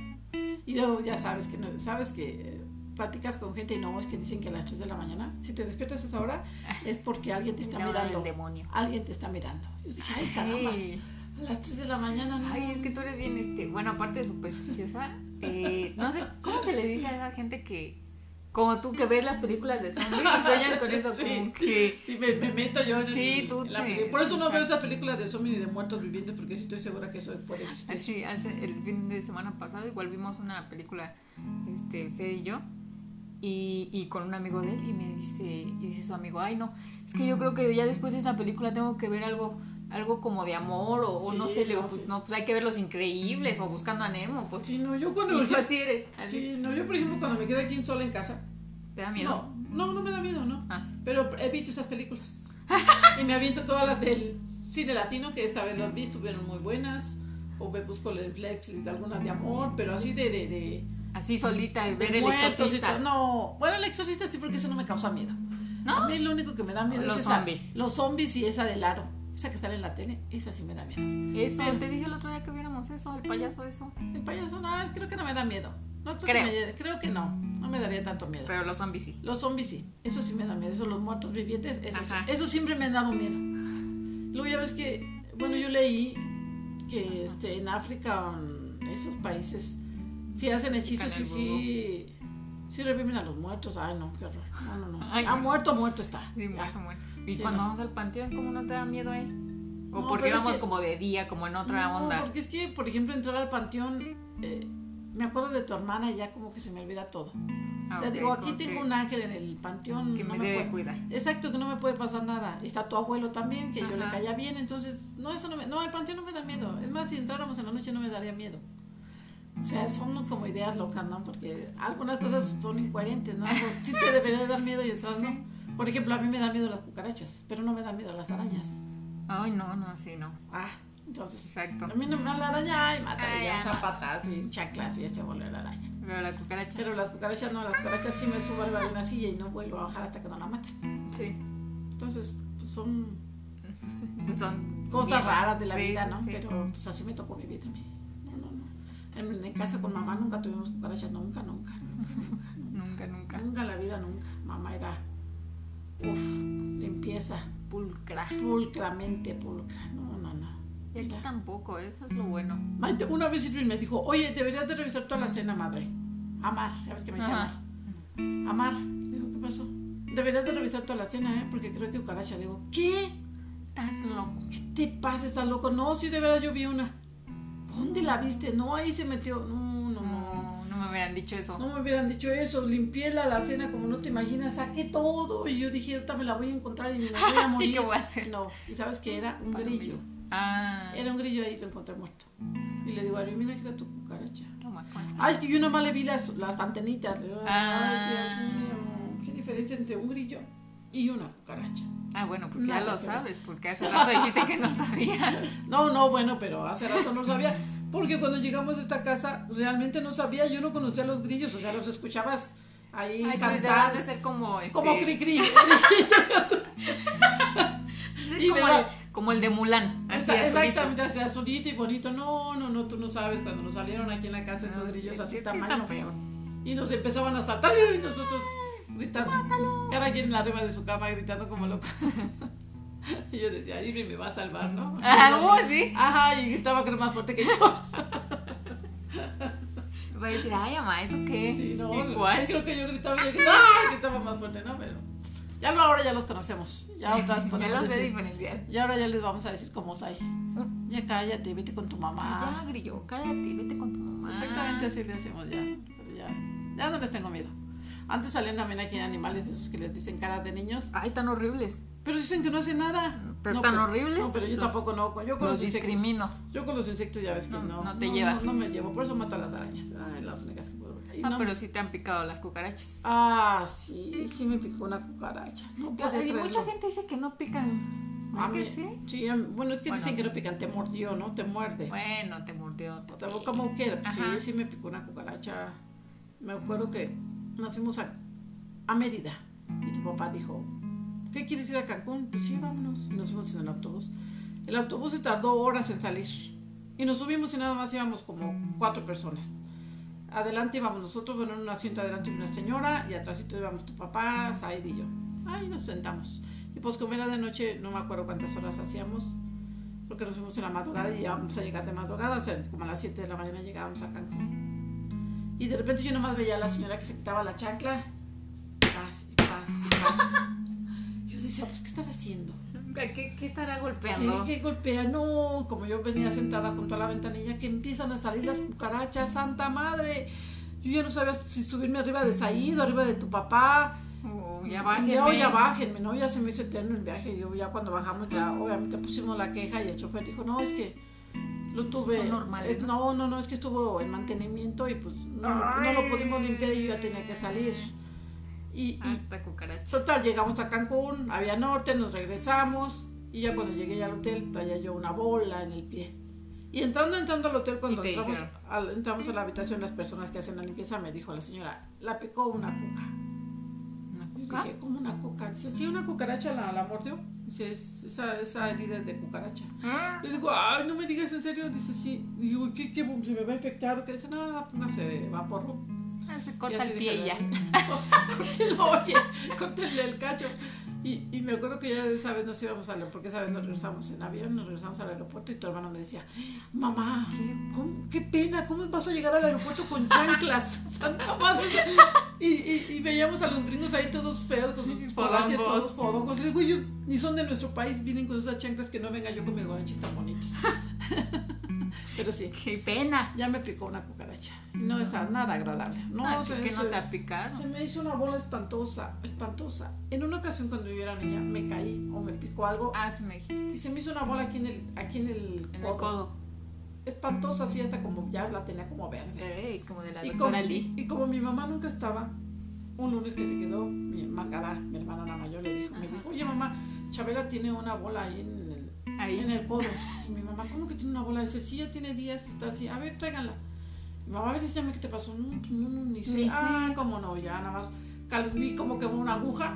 Speaker 1: Y luego ya sabes que, no, sabes que eh, platicas con gente y no, es que dicen que a las 3 de la mañana, si te despiertas a esa hora, es porque alguien te está
Speaker 2: La hora del
Speaker 1: mirando.
Speaker 2: demonio.
Speaker 1: Alguien te está mirando. Yo dije, ay, caramba,
Speaker 2: Ey.
Speaker 1: a las 3 de la mañana no.
Speaker 2: Ay, es que tú eres bien, este, bueno, aparte de supersticiosa, eh, no sé, ¿cómo se le dice a esa gente que, como tú, que ves las películas de zombies y sueñas con eso,
Speaker 1: Sí.
Speaker 2: como que,
Speaker 1: Sí, me, me meto yo en
Speaker 2: Sí,
Speaker 1: el-
Speaker 2: tú
Speaker 1: en la-
Speaker 2: te-
Speaker 1: Por eso no
Speaker 2: exacto.
Speaker 1: veo esas películas de zombies ni de muertos vivientes, porque sí estoy segura que eso puede existir.
Speaker 2: así, hace- el fin de semana pasado igual vimos una película, este, Fede y yo, y, y con un amigo de él, y me dice, y dice su amigo, ay, no, es que yo creo que ya después de esta película tengo que ver algo, algo como de amor, o, o
Speaker 1: Sí,
Speaker 2: no sé, le digo,
Speaker 1: no,
Speaker 2: pues,
Speaker 1: sí.
Speaker 2: no, pues hay que ver Los Increíbles, o Buscando a Nemo, pues,
Speaker 1: Sí, no, yo cuando.
Speaker 2: y tú así eres, así,
Speaker 1: Sí, no, yo por ejemplo cuando me quedo aquí sola en casa.
Speaker 2: te da miedo.
Speaker 1: No, no, no me da miedo, no.
Speaker 2: Ah.
Speaker 1: Pero evito esas películas. y me aviento todas las del cine latino, que esta vez
Speaker 2: Mm.
Speaker 1: las vi, estuvieron muy buenas. O me busco en Flex, algunas de amor, pero así de. de, de,
Speaker 2: Así solita,
Speaker 1: de
Speaker 2: ver el
Speaker 1: muertos y
Speaker 2: exorcista.
Speaker 1: todo. No, bueno, el exorcista sí, porque eso no me causa miedo.
Speaker 2: ¿No?
Speaker 1: A mí lo único que me da miedo
Speaker 2: Los
Speaker 1: es esa-
Speaker 2: zombies.
Speaker 1: Los zombies y esa del aro. Esa que sale en la tele, esa sí me da miedo.
Speaker 2: Eso,
Speaker 1: Pero-
Speaker 2: te dije el otro día que viéramos eso, el payaso eso.
Speaker 1: El payaso, no, creo que no me da miedo. No creo, Que
Speaker 2: Creo.
Speaker 1: me- creo que no. No me daría tanto miedo.
Speaker 2: Pero los zombies sí.
Speaker 1: Los zombies sí, eso sí me da miedo, eso los muertos vivientes, eso, sí.
Speaker 2: Ajá.
Speaker 1: eso siempre me ha dado miedo. Luego ya ves que, bueno, yo leí que este, en África, o en esos países, si hacen hechizos y
Speaker 2: Sacan el
Speaker 1: sí, sí reviven a los muertos. Ay, no, qué horror. No, no, no.
Speaker 2: Ay,
Speaker 1: ah,
Speaker 2: no.
Speaker 1: muerto, muerto está.
Speaker 2: Sí, muerto,
Speaker 1: Ah,
Speaker 2: muerto. Y
Speaker 1: Sí,
Speaker 2: cuando
Speaker 1: no.
Speaker 2: vamos al panteón, ¿cómo no te da miedo ahí? O
Speaker 1: No,
Speaker 2: porque
Speaker 1: pero es
Speaker 2: íbamos
Speaker 1: que-
Speaker 2: como de día, como en otra
Speaker 1: no,
Speaker 2: onda.
Speaker 1: porque es que, por ejemplo, entrar al panteón, eh, me acuerdo de tu hermana y ya como que se me olvida todo.
Speaker 2: Ah,
Speaker 1: o sea,
Speaker 2: ok,
Speaker 1: digo, aquí
Speaker 2: como
Speaker 1: tengo
Speaker 2: que-
Speaker 1: un ángel en el panteón,
Speaker 2: Que
Speaker 1: no
Speaker 2: me
Speaker 1: me
Speaker 2: debe
Speaker 1: puede...
Speaker 2: cuidar.
Speaker 1: Exacto, que no me puede pasar nada. Está tu abuelo también, que yo le
Speaker 2: Ajá.
Speaker 1: caía bien, entonces, no, eso no me, no, el panteón no me da miedo. Es más, si entráramos en la noche no me daría miedo. O sea, son como ideas locas, ¿no? Porque algunas cosas son incoherentes, ¿no? Algo sí te debería dar miedo y otras
Speaker 2: Sí.
Speaker 1: no. Por ejemplo, a mí me da miedo las cucarachas, pero no me da miedo las arañas.
Speaker 2: Ay, no, no, sí, no.
Speaker 1: Ah, entonces,
Speaker 2: Exacto.
Speaker 1: a mí no me da la araña, ay,
Speaker 2: Ay,
Speaker 1: mátale, ya,
Speaker 2: ya.
Speaker 1: echa para atrás y chanclas y ya se vuelve la araña.
Speaker 2: Pero la cucaracha.
Speaker 1: Pero las cucarachas no, las cucarachas sí me subo arriba de una silla y no vuelvo a bajar hasta que no la maten.
Speaker 2: Sí.
Speaker 1: Entonces, pues son
Speaker 2: Son
Speaker 1: cosas
Speaker 2: viejas.
Speaker 1: raras de la
Speaker 2: Sí,
Speaker 1: vida,
Speaker 2: sí,
Speaker 1: ¿no?
Speaker 2: sí. Mm.
Speaker 1: Pero pues así me tocó vivir a mí. No, no, no. En, en casa con
Speaker 2: Mm.
Speaker 1: mamá nunca tuvimos cucarachas, nunca, nunca, nunca, nunca, nunca.
Speaker 2: Nunca, nunca.
Speaker 1: Nunca en la vida, nunca. Mamá era, uff, limpieza,
Speaker 2: Pulcra.
Speaker 1: pulcramente pulcra. No, no, no.
Speaker 2: Y aquí
Speaker 1: Mira.
Speaker 2: tampoco, eso es lo bueno.
Speaker 1: Maite, una vez Irving me dijo, oye, deberías de revisar toda la cena, madre. Amar, ya ves que me dice
Speaker 2: Ajá.
Speaker 1: amar. Amar. Le Digo, ¿qué pasó? Deberías de revisar toda la cena, ¿eh? Porque creo que cucaracha. Le digo, ¿qué?
Speaker 2: Estás loco.
Speaker 1: ¿Qué te pasa? ¿Estás loco? No, sí, de verdad yo vi una. ¿Dónde la viste? No, ahí se metió. No, no,
Speaker 2: No,
Speaker 1: no.
Speaker 2: no me hubieran dicho eso.
Speaker 1: No me hubieran dicho eso. Limpié la alacena como no te imaginas. Saqué todo. Y yo dije, ahorita me la voy a encontrar y me la voy a morir.
Speaker 2: ¿Y qué voy a hacer?
Speaker 1: No. ¿Y sabes qué era? Un
Speaker 2: Para
Speaker 1: grillo.
Speaker 2: Ah.
Speaker 1: Era un grillo ahí, lo encontré muerto. Y le digo, Ari, mira, aquí está tu cucaracha.
Speaker 2: Toma, toma.
Speaker 1: Ay, es que yo nada más le vi las, las antenitas. Le digo,
Speaker 2: Ah.
Speaker 1: Ay, Dios mío. ¿Qué diferencia entre un grillo y una cucaracha?
Speaker 2: Ah, bueno, porque ya
Speaker 1: Nada
Speaker 2: lo
Speaker 1: que ver.
Speaker 2: sabes, porque hace rato dijiste que no sabías.
Speaker 1: No, no, bueno, pero hace rato no lo sabía. Porque cuando llegamos a esta casa, realmente no sabía, yo no conocía a los grillos, o sea, los escuchabas ahí
Speaker 2: Ay, entonces
Speaker 1: cantar.
Speaker 2: deberán de ser como este,
Speaker 1: Como cri cri.
Speaker 2: sí,
Speaker 1: y
Speaker 2: como,
Speaker 1: me-
Speaker 2: el, como el de Mulan. así,
Speaker 1: Esa-
Speaker 2: azulito.
Speaker 1: exactamente, así azulito y bonito. No, no, no, tú no sabes. Cuando nos salieron aquí en la casa esos
Speaker 2: No,
Speaker 1: grillos
Speaker 2: Ah, sí,
Speaker 1: así
Speaker 2: es que está
Speaker 1: tamaño.
Speaker 2: feo.
Speaker 1: Y nos empezaban a saltar y nosotros gritando. Cada quien arriba de su cama gritando como loco. y yo decía, Irving me va a salvar, ¿no?
Speaker 2: Ah,
Speaker 1: Entonces,
Speaker 2: uh, sí.
Speaker 1: Ajá, y gritaba que era más fuerte que yo.
Speaker 2: Va a decir, ay, mamá, ¿eso qué?
Speaker 1: Sí, no,
Speaker 2: Igual.
Speaker 1: Creo que yo gritaba y yo gritaba, ¡ah! gritaba más fuerte, ¿no? Pero ya lo, ahora ya los conocemos. Ya, otras
Speaker 2: Ya
Speaker 1: podemos
Speaker 2: lo sé
Speaker 1: decir.
Speaker 2: diferenciar.
Speaker 1: Y ahora ya les vamos a decir cómo soy. Ya cállate, vete con tu mamá.
Speaker 2: Mm. Ya, grillo, cállate, vete con tu mamá.
Speaker 1: Ah. Exactamente así le hacemos ya.
Speaker 2: Mm.
Speaker 1: Pero ya, ya no les tengo miedo. Antes salían también aquí animales esos que les dicen caras de niños.
Speaker 2: Ay, están horribles.
Speaker 1: Pero dicen que no hacen nada.
Speaker 2: Pero
Speaker 1: no,
Speaker 2: tan horribles.
Speaker 1: No, pero yo
Speaker 2: Los-
Speaker 1: tampoco no. Yo con los,
Speaker 2: Los
Speaker 1: insectos.
Speaker 2: discrimino.
Speaker 1: Yo con los insectos ya ves que
Speaker 2: No,
Speaker 1: no.
Speaker 2: no te llevas.
Speaker 1: No, no me llevo. Por eso mato a las arañas. Ay, las únicas que puedo ver. Y
Speaker 2: Ah,
Speaker 1: no-
Speaker 2: pero sí te han picado las cucarachas.
Speaker 1: Ah, sí, sí me picó una cucaracha.
Speaker 2: Yo-
Speaker 1: No podía
Speaker 2: y
Speaker 1: creerlo.
Speaker 2: mucha gente dice que no pican. ¿Verdad
Speaker 1: A mí-
Speaker 2: que sí?
Speaker 1: sí, a mí- bueno, es que
Speaker 2: Bueno.
Speaker 1: dicen que no pican, te mordió, ¿no? Te muerde.
Speaker 2: Bueno, te mordió.
Speaker 1: Te hago como quiera. Pues sí,
Speaker 2: Ajá.
Speaker 1: sí me picó una cucaracha. Me acuerdo que nos fuimos a, a Mérida y tu papá dijo, ¿qué quieres ir a Cancún? Pues sí, vámonos. Y nos fuimos en el autobús. El autobús se tardó horas en salir. Y nos subimos y nada más íbamos como cuatro personas. Adelante íbamos nosotros, bueno, en un asiento adelante una señora y atrásito íbamos tu papá, Said y yo. Ahí nos sentamos. Y pues como era de noche, no me acuerdo cuántas horas hacíamos, porque nos fuimos en la madrugada y íbamos a llegar de madrugada, o sea, como a las 7 de la mañana llegábamos a Cancún. Y de repente yo nomás veía a la señora que se quitaba la chancla, y paz, y paz, y paz. Yo decía, pues, ¿qué estará haciendo?
Speaker 2: ¿Qué, qué estará golpeando?
Speaker 1: Que, que golpea, no, como yo venía sentada junto a la ventanilla, que empiezan a salir las cucarachas, santa madre. Yo ya no sabía si subirme arriba de Saído, arriba de tu papá.
Speaker 2: Uh, ya bájenme.
Speaker 1: Ya, ya bájenme, ¿no? Ya se me hizo eterno el viaje. Yo ya cuando bajamos, ya obviamente pusimos la queja y el chofer dijo, no, es que lo tuve.
Speaker 2: Son normales,
Speaker 1: es- ¿no? no, no, es que estuvo en mantenimiento y pues no, lo- no lo pudimos limpiar y yo ya tenía que salir. Y, y
Speaker 2: Hasta cucaracha.
Speaker 1: total, llegamos a Cancún, había norte, nos regresamos y ya cuando llegué ya al hotel traía yo una bola en el pie. Y entrando, entrando al hotel,
Speaker 2: Y
Speaker 1: cuando
Speaker 2: te
Speaker 1: entramos,
Speaker 2: dijeron.
Speaker 1: al- entramos a la habitación, las personas que hacen la limpieza me dijo la señora, la picó una cuca.
Speaker 2: ¿Una
Speaker 1: Y
Speaker 2: cuca?
Speaker 1: dije, ¿cómo una cucaracha? Dice, sí, una cucaracha la, la mordió. Dice, "Es- esa, esa herida es de cucaracha. Le digo, ay, no me digas en serio. Dice, sí. Y digo, ¿qué, qué se me va a infectar? o qué? Dice, no, no, póngase vaporro.
Speaker 2: Ah, se
Speaker 1: Y
Speaker 2: corta
Speaker 1: así
Speaker 2: el pie
Speaker 1: dije, "Ah".
Speaker 2: ya.
Speaker 1: Córtelo, oye, córtenle el cacho. Y, y me acuerdo que ya de esa vez nos íbamos a la, porque esa vez nos regresamos en avión, nos regresamos al aeropuerto y tu hermano me decía, mamá, ¿cómo- qué pena, ¿cómo vas a llegar al aeropuerto con chanclas? Santa madre. Y, y- y veíamos a los gringos ahí todos feos, con sus
Speaker 2: Sí,
Speaker 1: guaraches,
Speaker 2: fodongos.
Speaker 1: todos fodongos. Y digo, yo, ni son de nuestro país, vienen con esas chanclas que no venga yo con mis guaraches tan bonitos. Pero sí,
Speaker 2: Qué pena.
Speaker 1: ya me picó una cucaracha. No está nada agradable. No,
Speaker 2: No,
Speaker 1: sé,
Speaker 2: Ah, que no
Speaker 1: eso-
Speaker 2: te ha picado.
Speaker 1: Ah, se me hizo una bola espantosa, espantosa. En una ocasión cuando yo era niña me caí o me picó algo
Speaker 2: Ah, sí me dijiste.
Speaker 1: y se me hizo una bola aquí en el, aquí en el,
Speaker 2: En el
Speaker 1: codo.
Speaker 2: codo.
Speaker 1: Espantosa así hasta como ya la tenía como verde.
Speaker 2: Ey, como de la
Speaker 1: Y como,
Speaker 2: doctora Lee.
Speaker 1: y como mi mamá nunca estaba, un lunes que se quedó, mi hermana, mi hermana la mayor le dijo, me
Speaker 2: Ajá.
Speaker 1: dijo, oye mamá, Chabela tiene una bola ahí en el,
Speaker 2: Ahí.
Speaker 1: en el codo. Y mi mamá, ¿cómo que tiene una bola? Dice, sí, ya tiene días que está así. A ver, tráiganla. Mi mamá, a ver, dígame qué te pasó. No, pues, no, no, ni sé.
Speaker 2: Ni sé.
Speaker 1: ah, cómo no, ya nada más. cal- Vi como quemó una aguja,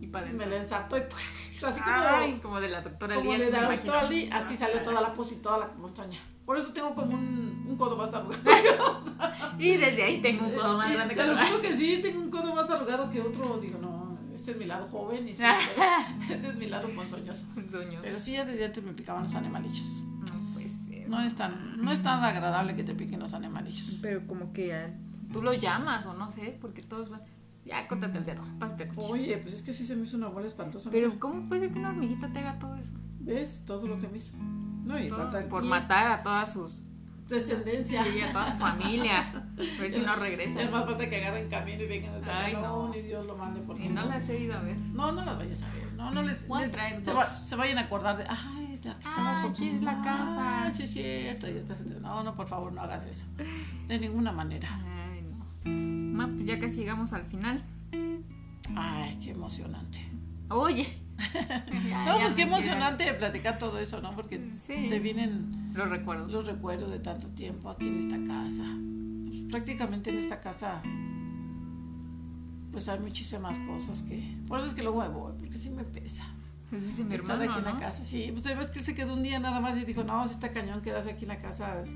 Speaker 2: Y para
Speaker 1: me
Speaker 2: adentro.
Speaker 1: la ensartó y ¡puf! así como,
Speaker 2: Ay, como de la doctora Lee.
Speaker 1: como
Speaker 2: así
Speaker 1: le da
Speaker 2: me
Speaker 1: la doctora
Speaker 2: imagino.
Speaker 1: Lee, así
Speaker 2: Ah,
Speaker 1: salió toda la pos y toda la montaña. Por eso tengo como un, un codo más arrugado.
Speaker 2: Y desde ahí tengo un codo más
Speaker 1: Y
Speaker 2: grande que
Speaker 1: te lo
Speaker 2: el
Speaker 1: juro que sí, tengo un codo más arrugado que otro. Digo, no, este es mi lado joven y este, este es mi lado ponzoñoso.
Speaker 2: Un sueño.
Speaker 1: Pero sí, ya desde antes me picaban los animalillos.
Speaker 2: No puede ser.
Speaker 1: No es tan, no es tan agradable que te piquen los animalillos.
Speaker 2: Pero como que ah, tú lo llamas o no sé, porque todos van. Ya, córtate el dedo, pásate el cuchillo.
Speaker 1: Oye, pues es que sí se me hizo una bola espantosa.
Speaker 2: Pero ¿cómo puede ser que una hormiguita te haga todo eso?
Speaker 1: ¿Ves todo lo que me hizo? No, y
Speaker 2: Todo
Speaker 1: falta
Speaker 2: por
Speaker 1: y
Speaker 2: matar a todas sus.
Speaker 1: descendencia.
Speaker 2: Sí, a toda su familia. A ver si no
Speaker 1: Es
Speaker 2: regresa.
Speaker 1: más falta que agarren camino y vengan hasta acá.
Speaker 2: Ay,
Speaker 1: No,
Speaker 2: no.
Speaker 1: ni Dios lo mande porque
Speaker 2: Y no las
Speaker 1: entonces-
Speaker 2: he ido a ver.
Speaker 1: No, no las vayas a ver. No, no les.
Speaker 2: Voy a
Speaker 1: les-
Speaker 2: traer
Speaker 1: se,
Speaker 2: dos.
Speaker 1: va- se vayan a acordar de. Ay, de aquí estaba
Speaker 2: Ah,
Speaker 1: con
Speaker 2: aquí
Speaker 1: tu
Speaker 2: es la
Speaker 1: mamá.
Speaker 2: casa.
Speaker 1: Ay, sí, es cierto. y otras- No, no, por favor, no hagas eso. De ninguna manera.
Speaker 2: Ay, no. Ma, pues ya casi llegamos al final.
Speaker 1: Ay, qué emocionante.
Speaker 2: Oye. Ya,
Speaker 1: No,
Speaker 2: ya
Speaker 1: pues qué
Speaker 2: me quiero-
Speaker 1: emocionante platicar todo eso, ¿no? Porque
Speaker 2: Sí.
Speaker 1: te vienen
Speaker 2: Los recuerdos.
Speaker 1: los recuerdos de tanto tiempo aquí en esta casa. Pues, prácticamente en esta casa, pues hay muchísimas cosas que. Por eso es que luego me voy, porque sí me pesa.
Speaker 2: Ese es mi
Speaker 1: estar
Speaker 2: hermano,
Speaker 1: aquí en
Speaker 2: ¿no?
Speaker 1: la casa, sí. Pues además que él se quedó un día nada más y dijo: No, si está cañón, quedarse aquí en la casa. es-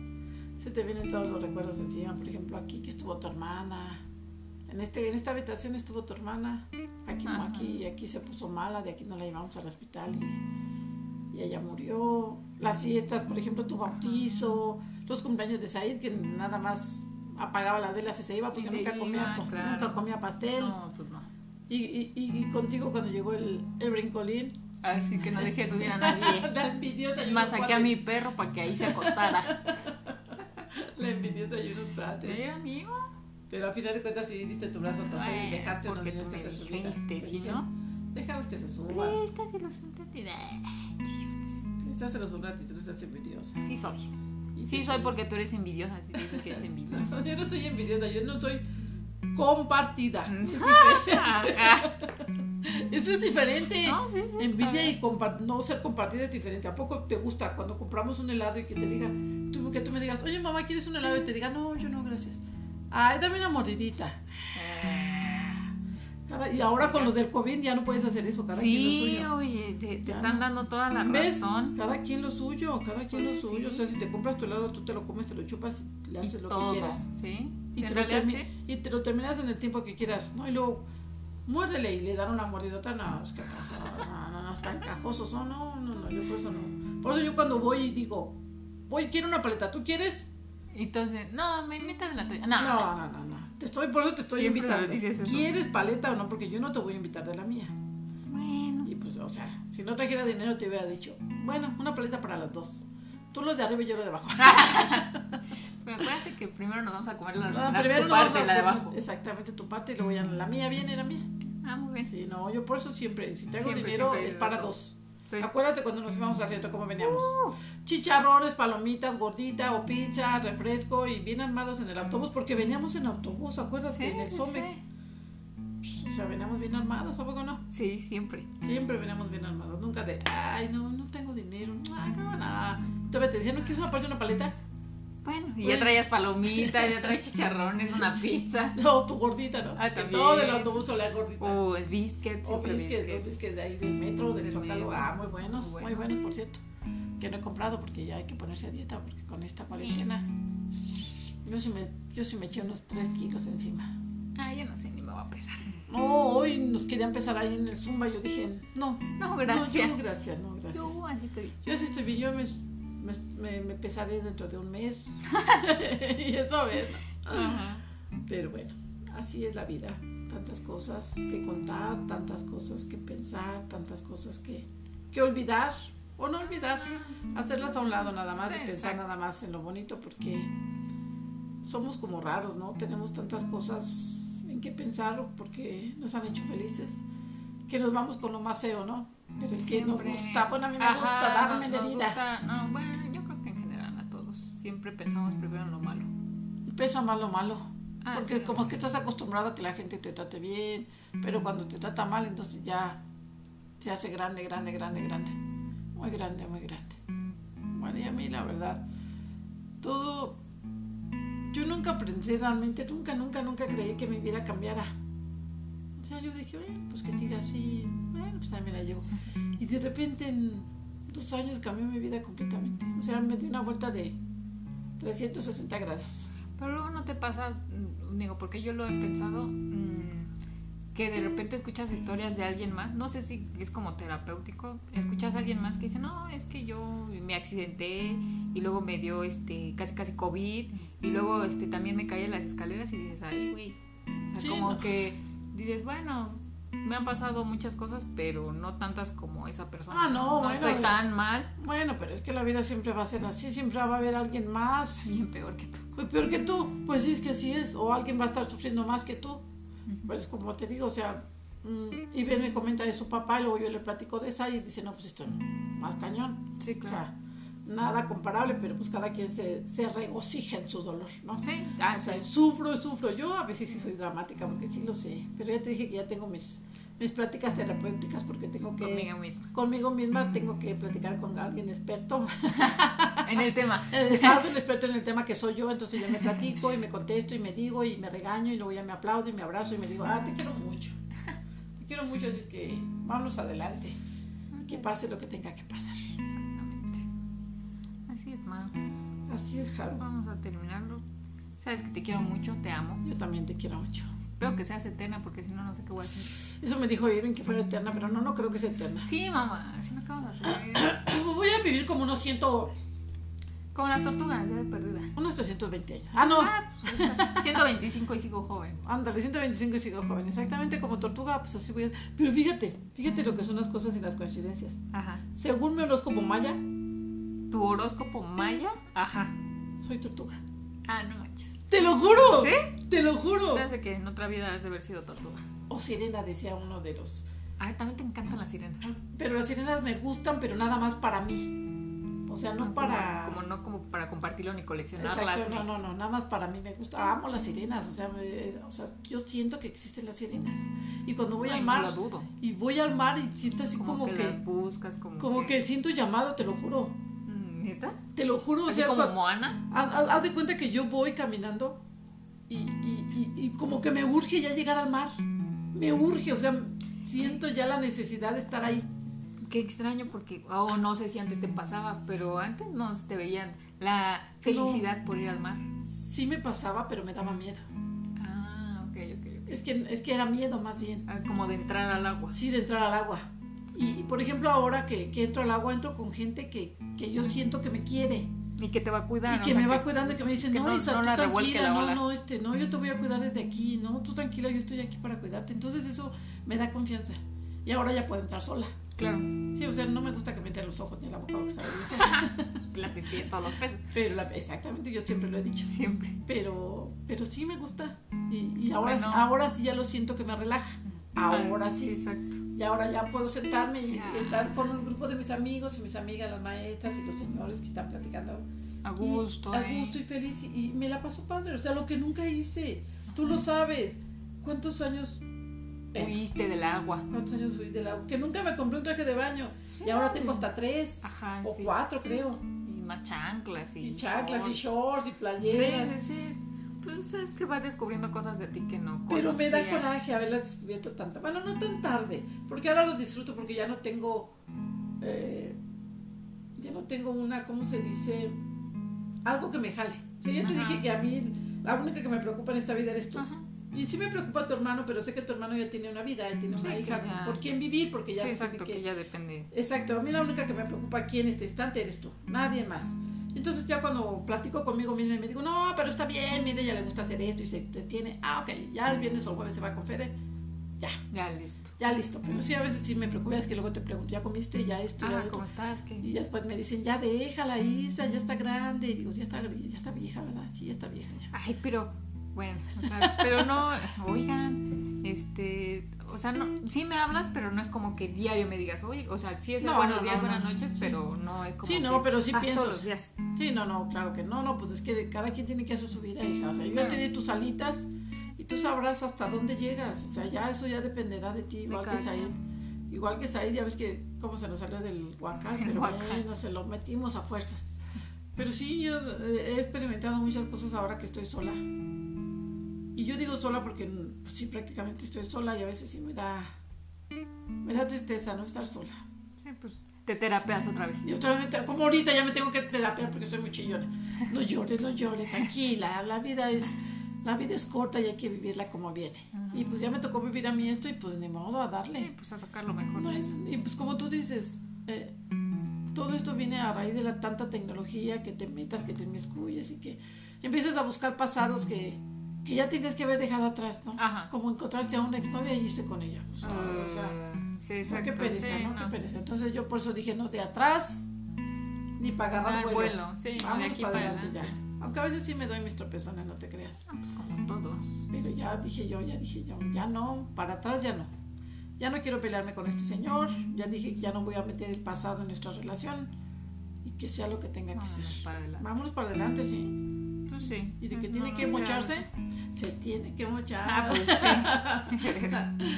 Speaker 1: Se te vienen todos los recuerdos encima. Por ejemplo, aquí que estuvo tu hermana. En, este, en esta habitación estuvo tu hermana. Aquí no,
Speaker 2: Ajá.
Speaker 1: aquí. Y aquí se puso mala. De aquí no la llevamos al hospital. Y, y ella murió. Las fiestas, por ejemplo, tu bautizo. Los cumpleaños de Said, que nada más apagaba las velas y se iba porque
Speaker 2: Y se
Speaker 1: nunca, comía,
Speaker 2: iba,
Speaker 1: pues,
Speaker 2: claro.
Speaker 1: nunca comía pastel.
Speaker 2: No, pues no.
Speaker 1: Y, y- y- y contigo cuando llegó el, el brincolín.
Speaker 2: Así que no dejé subir a nadie.
Speaker 1: La envidiosa y
Speaker 2: Más
Speaker 1: unos
Speaker 2: saqué a mi
Speaker 1: cuates.
Speaker 2: perro para que ahí se acostara.
Speaker 1: La envidiosa y unos cuates.
Speaker 2: Era amigo.
Speaker 1: Pero al final de cuentas sí diste tu brazo a torcer y dejaste a unos
Speaker 2: porque
Speaker 1: niños
Speaker 2: tú
Speaker 1: que
Speaker 2: me
Speaker 1: se subieran.
Speaker 2: dijiste,
Speaker 1: Te
Speaker 2: ¿sí,
Speaker 1: dije,
Speaker 2: no?
Speaker 1: Déjalos que se suban.
Speaker 2: Presta que los chillones.
Speaker 1: Estas se los son actitudes de envidiosa.
Speaker 2: "Ah, Sí soy. Sí
Speaker 1: Y se
Speaker 2: soy
Speaker 1: suben.
Speaker 2: porque tú eres envidiosa. Te dices que eres envidiosa.
Speaker 1: No, yo no soy envidiosa, yo no soy compartida. Es
Speaker 2: Ajá.
Speaker 1: diferente. Eso es diferente.
Speaker 2: Mm. No, sí, sí.
Speaker 1: Envidia y compa- no ser compartida es diferente. ¿A poco te gusta cuando compramos un helado y que te diga, tú, que tú me digas, oye mamá, ¿quieres un helado? Y te diga, no, yo no, gracias. Ay, dame una mordidita. Cada- y ahora con lo del COVID ya no puedes hacer eso, cada
Speaker 2: Sí,
Speaker 1: quien lo suyo.
Speaker 2: oye, te, te
Speaker 1: Ya
Speaker 2: están
Speaker 1: no.
Speaker 2: dando toda la
Speaker 1: ¿Ves?
Speaker 2: razón.
Speaker 1: Cada quien lo suyo, cada quien
Speaker 2: Pues
Speaker 1: lo suyo.
Speaker 2: sí.
Speaker 1: O sea, si te compras tu helado, tú te lo comes, te lo chupas, le haces lo
Speaker 2: todo,
Speaker 1: que quieras.
Speaker 2: ¿sí?
Speaker 1: Y
Speaker 2: En
Speaker 1: te, lo
Speaker 2: realidad,
Speaker 1: termi-
Speaker 2: sí.
Speaker 1: y te lo terminas en el tiempo que quieras, ¿no? Y luego, muérdele y le dan una mordidota. No, es que pasa, no, no, no, están cajosos, no, no, no, no, yo por eso no. Por eso yo cuando voy y digo, voy, quiero una paleta, ¿tú quieres?
Speaker 2: Y Entonces, no, me invitas de la tuya.
Speaker 1: No,
Speaker 2: No,
Speaker 1: no, no, no. Te estoy, por eso te estoy
Speaker 2: Siempre
Speaker 1: invitando.
Speaker 2: me dices eso.
Speaker 1: ¿Quieres paleta o no? Porque yo no te voy a invitar de la mía.
Speaker 2: Bueno,
Speaker 1: Y pues, o sea, si no trajera dinero te hubiera dicho, bueno, una paleta para las dos. Tú lo de arriba y yo lo de abajo.
Speaker 2: pero acuérdate que primero nos vamos a comer la,
Speaker 1: No,
Speaker 2: la- Ah, tu
Speaker 1: primero no
Speaker 2: parte,
Speaker 1: vamos a-
Speaker 2: la de abajo.
Speaker 1: Exactamente, tu parte y luego ya la mía viene, la mía.
Speaker 2: Ah, muy bien.
Speaker 1: Sí, no, yo por eso siempre, si tengo
Speaker 2: Siempre,
Speaker 1: dinero
Speaker 2: siempre
Speaker 1: es
Speaker 2: hay
Speaker 1: para
Speaker 2: razón.
Speaker 1: dos.
Speaker 2: Soy-
Speaker 1: Acuérdate cuando nos íbamos al centro cómo veníamos. Chicharrones, palomitas, gordita o pizza, refresco y bien armados en el autobús porque veníamos en autobús, acuérdate,
Speaker 2: Sí,
Speaker 1: en el
Speaker 2: sí,
Speaker 1: Somex.
Speaker 2: sí.
Speaker 1: Pss, O sea, veníamos bien armados, ¿a poco no?
Speaker 2: Sí, siempre.
Speaker 1: Siempre veníamos bien armados, nunca de, ay, no, no tengo dinero, ah, cómo nada. Entonces te decían, ¿no quieres una parte de una paleta?
Speaker 2: Bueno, y
Speaker 1: Bueno.
Speaker 2: ya traías palomitas, ya traes chicharrones, una pizza.
Speaker 1: No, tu gordita, ¿no?
Speaker 2: Ah,
Speaker 1: Que
Speaker 2: también.
Speaker 1: todo del autobús olía a gordita.
Speaker 2: O el biscuit,
Speaker 1: O
Speaker 2: siempre
Speaker 1: biscuits, los
Speaker 2: biscuit.
Speaker 1: biscuits de ahí del metro, del,
Speaker 2: Del
Speaker 1: Zócalo.
Speaker 2: metro.
Speaker 1: Ah, muy buenos,
Speaker 2: Muy
Speaker 1: muy buenos, por cierto. Que no he comprado porque ya hay que ponerse a dieta porque con esta cuarentena. Yo sí me, yo sí me eché unos 3 kilos encima.
Speaker 2: Ah, yo no sé, ni me va a pesar.
Speaker 1: No, hoy nos querían pesar ahí en el Zumba. Yo dije, no,
Speaker 2: No,
Speaker 1: gracias.
Speaker 2: gracias.
Speaker 1: No, yo gracias, no, gracias.
Speaker 2: Yo así estoy.
Speaker 1: Yo así estoy bien, yo me, me, me- me pesaré dentro de un mes. y eso a ver.
Speaker 2: Ajá.
Speaker 1: Pero bueno, así es la vida. Tantas cosas que contar, tantas cosas que pensar, tantas cosas que, que olvidar o no olvidar. Hacerlas a un lado nada más
Speaker 2: Sí,
Speaker 1: y pensar
Speaker 2: exacto.
Speaker 1: nada más en lo bonito porque somos como raros, ¿no? Tenemos tantas cosas en que pensar porque nos han hecho felices que nos vamos con lo más feo, ¿no? Pero es que nos
Speaker 2: Siempre.
Speaker 1: gusta, bueno, a mí me
Speaker 2: Ajá,
Speaker 1: gusta darme
Speaker 2: nos-
Speaker 1: la
Speaker 2: nos
Speaker 1: herida.
Speaker 2: gusta- no, bueno, yo creo que en general a todos siempre pensamos primero en lo malo.
Speaker 1: Pesa más lo malo.
Speaker 2: Ah,
Speaker 1: Porque
Speaker 2: sí,
Speaker 1: como que estás acostumbrado a que la gente te trate bien, pero cuando te trata mal, entonces ya se hace grande, grande, grande, grande. Muy grande, muy grande. Bueno, y a mí la verdad, todo... Yo nunca pensé realmente, nunca, nunca, nunca creí que mi vida cambiara. O sea, yo dije, "Bueno, pues que siga así, bueno, pues ahí me la llevo. Y de repente en dos años cambió mi vida completamente. O sea, me di una vuelta de 360 grados.
Speaker 2: Pero luego no te pasa, mm, digo, porque yo lo he pensado, mm, que de repente escuchas historias de alguien más, no sé si es como terapéutico, escuchas a
Speaker 1: Mm.
Speaker 2: alguien más que dice, no, es que yo me accidenté y luego me dio este casi casi COVID y luego este también me caí en las escaleras y dices, ay, güey, o sea,
Speaker 1: Sí,
Speaker 2: como
Speaker 1: no.
Speaker 2: que dices, bueno, me han pasado muchas cosas, pero no tantas como esa persona.
Speaker 1: Ah, no,
Speaker 2: no
Speaker 1: bueno.
Speaker 2: estoy tan mal,
Speaker 1: Bueno, pero es que la vida siempre va a ser así, siempre va a haber alguien más,
Speaker 2: bien peor que tú.
Speaker 1: pues peor que tú, pues sí es que así es, o alguien va a estar sufriendo más que tú, pues como te digo, o sea, mm, y bien me comenta de su papá, y luego yo le platico de esa y dice, no, pues esto no, más cañón,
Speaker 2: Sí,
Speaker 1: o
Speaker 2: claro.
Speaker 1: sea, nada comparable, pero pues cada quien se, se regocija en su dolor, ¿no?
Speaker 2: Sí, ah,
Speaker 1: O
Speaker 2: sí.
Speaker 1: sea, sufro, sufro. Yo a veces sí soy dramática porque sí lo sé, pero ya te dije que ya tengo mis, mis pláticas terapéuticas porque tengo que...
Speaker 2: Conmigo misma.
Speaker 1: Conmigo misma tengo que platicar con alguien experto,
Speaker 2: En el tema.
Speaker 1: Eh, alguien experto en el tema que soy yo, entonces ya me platico y me contesto y me digo y me regaño y luego ya me aplaudo y me abrazo y me digo, ah, te quiero mucho, te quiero mucho, así es que vamos adelante, que pase lo que tenga que pasar.
Speaker 2: Exactamente. Así es, ma.
Speaker 1: Así es, Haru.
Speaker 2: Vamos a terminarlo. Sabes que te quiero mucho, te amo.
Speaker 1: Yo también te quiero mucho.
Speaker 2: Espero que seas eterna porque si no, no sé qué voy a hacer.
Speaker 1: Eso me dijo Irving que fuera eterna, pero no, no creo que sea eterna.
Speaker 2: Sí, mamá, así no acabas de hacer.
Speaker 1: Voy a vivir como unos, ciento,
Speaker 2: Como las tortugas, ya de perdida.
Speaker 1: unos 320 años. Ah, no,
Speaker 2: Ah, pues, está. 125 y sigo joven.
Speaker 1: Ándale, 125 y sigo joven. Exactamente como tortuga, pues así voy a... Pero fíjate, fíjate lo que son las cosas y las coincidencias.
Speaker 2: Ajá.
Speaker 1: Según mi horóscopo maya,
Speaker 2: ¿Tu horóscopo maya? Ajá.
Speaker 1: soy tortuga.
Speaker 2: Ah, no manches.
Speaker 1: ¡Te lo juro!
Speaker 2: ¿Sí?
Speaker 1: ¡Te lo juro!
Speaker 2: Se hace que en otra vida has de haber sido tortuga.
Speaker 1: O sirena, decía uno de los...
Speaker 2: Ah, también te encantan las sirenas.
Speaker 1: Pero las sirenas me gustan, pero nada más para mí. O sea, no
Speaker 2: como-
Speaker 1: para...
Speaker 2: Como, no como para compartirlo ni coleccionarlas.
Speaker 1: Exacto,
Speaker 2: ni-
Speaker 1: no, no, no, nada más para mí me gusta. Amo las sirenas, o sea, me- es- o sea yo siento que existen las sirenas. Y cuando voy
Speaker 2: Ay,
Speaker 1: al
Speaker 2: no
Speaker 1: mar,
Speaker 2: lo dudo.
Speaker 1: y voy al mar y siento así
Speaker 2: Como,
Speaker 1: como,
Speaker 2: que,
Speaker 1: que...
Speaker 2: las buscas, como,
Speaker 1: Como que siento llamado, te lo juro.
Speaker 2: Mm, ¿Neta?
Speaker 1: Te lo juro, o
Speaker 2: Así
Speaker 1: sea,
Speaker 2: como
Speaker 1: cuando-
Speaker 2: Moana.
Speaker 1: haz, haz- haz de cuenta que yo voy caminando y, y- y- y como que me urge ya llegar al mar. Me urge, o sea, siento ya la necesidad de estar ahí.
Speaker 2: Qué extraño porque, oh, no sé si antes
Speaker 1: Mm.
Speaker 2: te pasaba, pero antes no te veían la felicidad por ir al mar.
Speaker 1: Sí me pasaba, pero me daba miedo.
Speaker 2: Ah, ok, ok, ok.
Speaker 1: Es que, es que era miedo más bien.
Speaker 2: Ah, como de entrar al agua.
Speaker 1: Sí, de entrar al agua. Y, y, por ejemplo, ahora que, que entro al agua, entro con gente que, que yo siento que me quiere.
Speaker 2: Y que te va a cuidar.
Speaker 1: y
Speaker 2: o
Speaker 1: que
Speaker 2: sea,
Speaker 1: me va cuidando y que me dice,
Speaker 2: que
Speaker 1: no,
Speaker 2: no-
Speaker 1: Isa,
Speaker 2: no
Speaker 1: tú
Speaker 2: la revuelque
Speaker 1: tranquila,
Speaker 2: la
Speaker 1: no,
Speaker 2: ola".
Speaker 1: no, este, no, yo te voy a cuidar desde aquí, no, tú tranquila, yo estoy aquí para cuidarte. Entonces eso me da confianza. Y ahora ya puedo entrar sola.
Speaker 2: Claro,
Speaker 1: Sí, o sea, no me gusta que me entre los ojos ni la boca, porque sabe bien feo.
Speaker 2: la pipí de todos los peces.
Speaker 1: pero la- exactamente, yo siempre lo he dicho.
Speaker 2: Siempre.
Speaker 1: Pero, pero sí me gusta. Y, y ahora,
Speaker 2: Bueno.
Speaker 1: ahora sí ya lo siento que me relaja. Ahora
Speaker 2: Ah,
Speaker 1: sí.
Speaker 2: Exacto.
Speaker 1: Y ahora ya puedo sentarme y
Speaker 2: Ya.
Speaker 1: y estar con un grupo de mis amigos y mis amigas, las maestras y los señores que están platicando
Speaker 2: A
Speaker 1: Y
Speaker 2: gusto.
Speaker 1: A
Speaker 2: ¿eh?
Speaker 1: gusto y feliz. Y, y me la paso padre. O sea, lo que nunca hice. Tú lo sabes. ¿Cuántos años? eh,
Speaker 2: Huiste del agua.
Speaker 1: ¿Cuántos años fui del agua? Que nunca me compré un traje de baño. Y ahora tengo hasta tres.
Speaker 2: Ajá,
Speaker 1: O
Speaker 2: sí.
Speaker 1: cuatro, creo.
Speaker 2: Y más chanclas. Y,
Speaker 1: Y chaclas, y
Speaker 2: shorts.
Speaker 1: shorts, y
Speaker 2: Sí,
Speaker 1: playeras.
Speaker 2: sí, sí. Pues sabes que vas descubriendo cosas de ti que no
Speaker 1: Pero me da
Speaker 2: conocías.
Speaker 1: coraje haberla descubierto tanta. Bueno, no tan tarde. Porque ahora lo disfruto porque ya no tengo. eh, ya no tengo una, ¿cómo se dice? Algo que me jale. O sea, ya te
Speaker 2: Ajá. Ah.
Speaker 1: dije que a mí la única que me preocupa en esta vida eres tú.
Speaker 2: Ajá.
Speaker 1: Y sí me preocupa tu hermano, pero sé que tu hermano ya tiene una vida, ya tiene
Speaker 2: Sí,
Speaker 1: una
Speaker 2: que
Speaker 1: hija
Speaker 2: ya-
Speaker 1: por quién vivir, porque
Speaker 2: Sí,
Speaker 1: ya no
Speaker 2: exacto,
Speaker 1: tiene
Speaker 2: que
Speaker 1: que-
Speaker 2: ya depende.
Speaker 1: Exacto, a mí la única que me preocupa aquí en este instante eres tú, nadie más. Entonces ya cuando platico conmigo misma y me digo, no, pero está bien, mire, ya le gusta hacer esto y se entretiene. Ah, ok, ya el viernes o el jueves se va con Fede,
Speaker 2: Ya, listo.
Speaker 1: ya listo. Pero sí, a veces sí me preocupa, es que luego te pregunto, ¿ya comiste? ¿Ya esto? ¿Ya
Speaker 2: Ah,
Speaker 1: lo otro?
Speaker 2: ¿cómo estás? ¿Qué?
Speaker 1: Y ya después me dicen, ya déjala, Isa, ya está grande. Y digo, ya está, ya está vieja, ¿verdad? Sí, ya está vieja ya.
Speaker 2: Ay, pero, bueno, o sea, pero no, oigan, este, o sea, no, sí me hablas, pero no es como que diario me digas, oye, o sea, sí es el
Speaker 1: No,
Speaker 2: buenos
Speaker 1: no,
Speaker 2: días,
Speaker 1: no,
Speaker 2: buenas
Speaker 1: no,
Speaker 2: noches,
Speaker 1: sí.
Speaker 2: pero no es como
Speaker 1: Sí, no,
Speaker 2: que,
Speaker 1: pero sí
Speaker 2: ah,
Speaker 1: pienso.
Speaker 2: todos los días.
Speaker 1: Sí, no, no, claro que no, no, pues es que cada quien tiene que hacer su vida, hija. O sea, yo ya
Speaker 2: Claro.
Speaker 1: te di tus alitas y tú sabrás hasta dónde llegas. O sea, ya eso ya dependerá de ti, igual que
Speaker 2: cada
Speaker 1: Said. Igual que Said, ya ves que cómo se nos salió del huacán,
Speaker 2: Del
Speaker 1: pero
Speaker 2: huacán.
Speaker 1: bueno, se lo metimos a fuerzas. Pero sí, yo eh, he experimentado muchas cosas ahora que estoy sola. Y yo digo sola porque pues, sí, prácticamente estoy sola y a veces sí me da, me da tristeza no estar sola.
Speaker 2: Sí, pues, te terapeas otra vez.
Speaker 1: Y otra vez, te- como ahorita ya me tengo que terapiar porque soy muy chillona. No llores, no llores, tranquila. La vida es, la vida es corta y hay que vivirla como viene. Y pues ya me tocó vivir a mí esto y pues ni modo a
Speaker 2: Sí,
Speaker 1: darle.
Speaker 2: pues a sacar lo mejor.
Speaker 1: No es- y pues como tú dices, eh, todo esto viene a raíz de la tanta tecnología que te metas, que te inmiscuyes y que empiezas a buscar pasados que, que ya tienes que haber dejado atrás, ¿no?
Speaker 2: Ajá.
Speaker 1: Como encontrarse a una historia y irse con ella. O sea, o sea,
Speaker 2: Ah, sí,
Speaker 1: no,
Speaker 2: exacto.
Speaker 1: qué pereza,
Speaker 2: sí,
Speaker 1: ¿no?
Speaker 2: no.
Speaker 1: Qué pereza. Entonces yo por eso dije, no, de atrás, ni para
Speaker 2: Ah,
Speaker 1: agarrar
Speaker 2: el
Speaker 1: vuelo.
Speaker 2: vuelo, sí, no, de
Speaker 1: Vámonos
Speaker 2: aquí
Speaker 1: para
Speaker 2: para
Speaker 1: adelante
Speaker 2: allá.
Speaker 1: ya. Aunque a veces sí me doy mis tropezones, no te creas.
Speaker 2: Ah, pues como todos.
Speaker 1: Pero ya dije yo, ya dije yo, ya no, para atrás ya no. Ya no quiero pelearme con este señor, ya dije que ya no voy a meter el pasado en nuestra relación. y que sea lo que tenga que
Speaker 2: Vámonos
Speaker 1: ser.
Speaker 2: para adelante.
Speaker 1: Vámonos para adelante, sí.
Speaker 2: Pues sí.
Speaker 1: Y de que
Speaker 2: No
Speaker 1: tiene
Speaker 2: nos
Speaker 1: que
Speaker 2: queda
Speaker 1: mocharse,
Speaker 2: otra.
Speaker 1: se tiene que mochar.
Speaker 2: Ah, pues sí.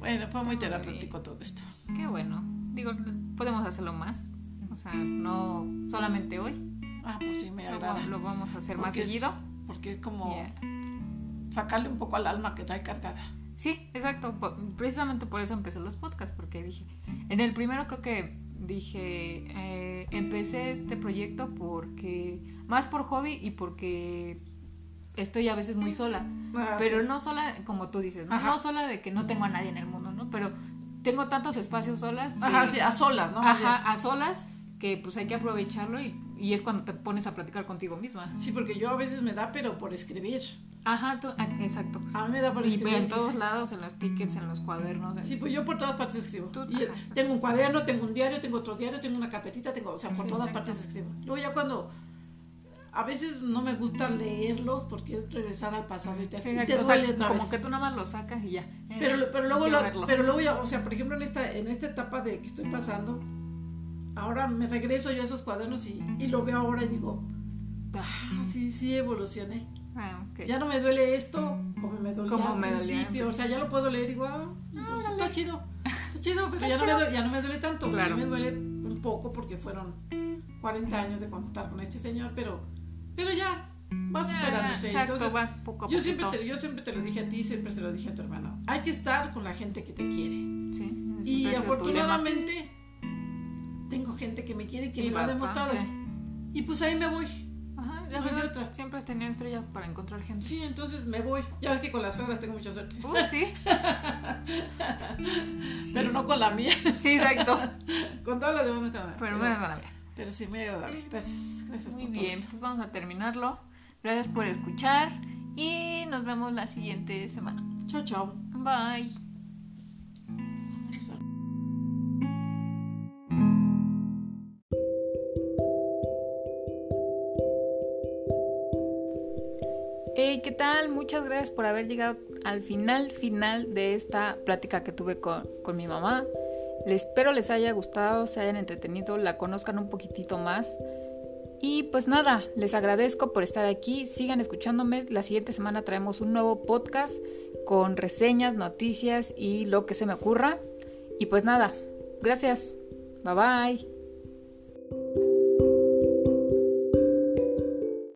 Speaker 1: Bueno, fue muy
Speaker 2: Muy bien.
Speaker 1: terapéutico todo esto.
Speaker 2: Qué bueno. Digo, podemos hacerlo más. O sea, no solamente hoy.
Speaker 1: Ah, pues sí, me
Speaker 2: Lo,
Speaker 1: agrada.
Speaker 2: va- lo vamos a hacer más
Speaker 1: Porque es-
Speaker 2: seguido.
Speaker 1: Porque es como
Speaker 2: Yeah.
Speaker 1: sacarle un poco al alma que trae cargada.
Speaker 2: Sí, exacto. Por- precisamente por eso empecé los podcasts, porque dije, en el primero creo que dije, eh, empecé este proyecto porque, más por hobby y porque estoy a veces muy sola,
Speaker 1: Ah,
Speaker 2: pero
Speaker 1: sí.
Speaker 2: no sola, como tú dices, ¿no?
Speaker 1: Ajá.
Speaker 2: No sola de que no tengo a nadie en el mundo, ¿no? Pero tengo tantos espacios solas. que-
Speaker 1: Ajá, sí, a solas, ¿no?
Speaker 2: ajá, a solas, que pues hay que aprovecharlo y, y es cuando te pones a platicar contigo misma.
Speaker 1: Sí, porque yo a veces me da, pero por escribir.
Speaker 2: Ajá, tú- ah, exacto.
Speaker 1: A mí me da por
Speaker 2: Y
Speaker 1: escribir.
Speaker 2: pero en todos
Speaker 1: sí.
Speaker 2: lados, en los tickets, en los cuadernos. en-
Speaker 1: Sí, pues yo por todas partes escribo.
Speaker 2: Tú-
Speaker 1: Y, eh,
Speaker 2: ajá.
Speaker 1: tengo un cuaderno, tengo un diario, tengo otro diario, tengo una carpetita, tengo, o sea, por
Speaker 2: Sí,
Speaker 1: todas
Speaker 2: exacto.
Speaker 1: partes escribo. Luego ya cuando a veces no me gusta leerlos porque es regresar al pasado y te,
Speaker 2: Sí,
Speaker 1: y
Speaker 2: exacto.
Speaker 1: te
Speaker 2: O sea,
Speaker 1: duele otra
Speaker 2: como
Speaker 1: vez.
Speaker 2: que tú nada más lo sacas y ya. Eh,
Speaker 1: pero, lo- pero luego
Speaker 2: quiero
Speaker 1: lo-
Speaker 2: verlo.
Speaker 1: pero luego ya, o sea, por ejemplo en esta en esta etapa de que estoy pasando, ahora me regreso yo a esos cuadernos y, y lo veo ahora y digo, ah, sí, sí evolucioné.
Speaker 2: Ah, ok.
Speaker 1: Ya no me duele esto como me dolía
Speaker 2: Como
Speaker 1: al
Speaker 2: me dolía Ah, al
Speaker 1: principio. O sea, ya lo puedo leer igual. pues, está chido. Está chido, pero ya no, me duele, ya no me duele tanto.
Speaker 2: Claro.
Speaker 1: Sí me duele un poco porque fueron 40 años de contar con este señor, pero, pero ya va
Speaker 2: Ya,
Speaker 1: superándose.
Speaker 2: exacto,
Speaker 1: Entonces,
Speaker 2: vas poco a
Speaker 1: yo siempre,
Speaker 2: poquito.
Speaker 1: te, yo siempre te lo dije a ti, siempre se lo dije a tu hermano. Hay que estar con la gente que te quiere.
Speaker 2: Sí, siempre ha
Speaker 1: Y
Speaker 2: sido tu
Speaker 1: afortunadamente tengo gente que me quiere y que
Speaker 2: lema.
Speaker 1: me
Speaker 2: Y
Speaker 1: lo ha demostrado.
Speaker 2: bastante.
Speaker 1: Y pues ahí me voy.
Speaker 2: Ajá, la
Speaker 1: No hay de
Speaker 2: verdad,
Speaker 1: otra.
Speaker 2: Siempre has tenido estrellas para encontrar gente.
Speaker 1: Sí, entonces me voy. Ya ves que con las suegras tengo mucha suerte.
Speaker 2: Uh, sí. Sí.
Speaker 1: Pero no con la mía.
Speaker 2: Sí, exacto.
Speaker 1: Con todas las demás no
Speaker 2: Pero bueno, vale.
Speaker 1: pero sí, muy agradable. Gracias, gracias
Speaker 2: Muy
Speaker 1: por
Speaker 2: bien,
Speaker 1: todo esto.
Speaker 2: pues vamos a terminarlo. Gracias por escuchar y nos vemos la siguiente semana.
Speaker 1: Chao, chao.
Speaker 2: Bye. Hey, ¿qué tal? Muchas gracias por haber llegado al final, final de esta plática que tuve con, con mi mamá. Les espero les haya gustado, se hayan entretenido, la conozcan un poquitito más. Y pues nada, les agradezco por estar aquí, sigan escuchándome. La siguiente semana traemos un nuevo podcast con reseñas, noticias y lo que se me ocurra. Y pues nada, gracias. Bye bye.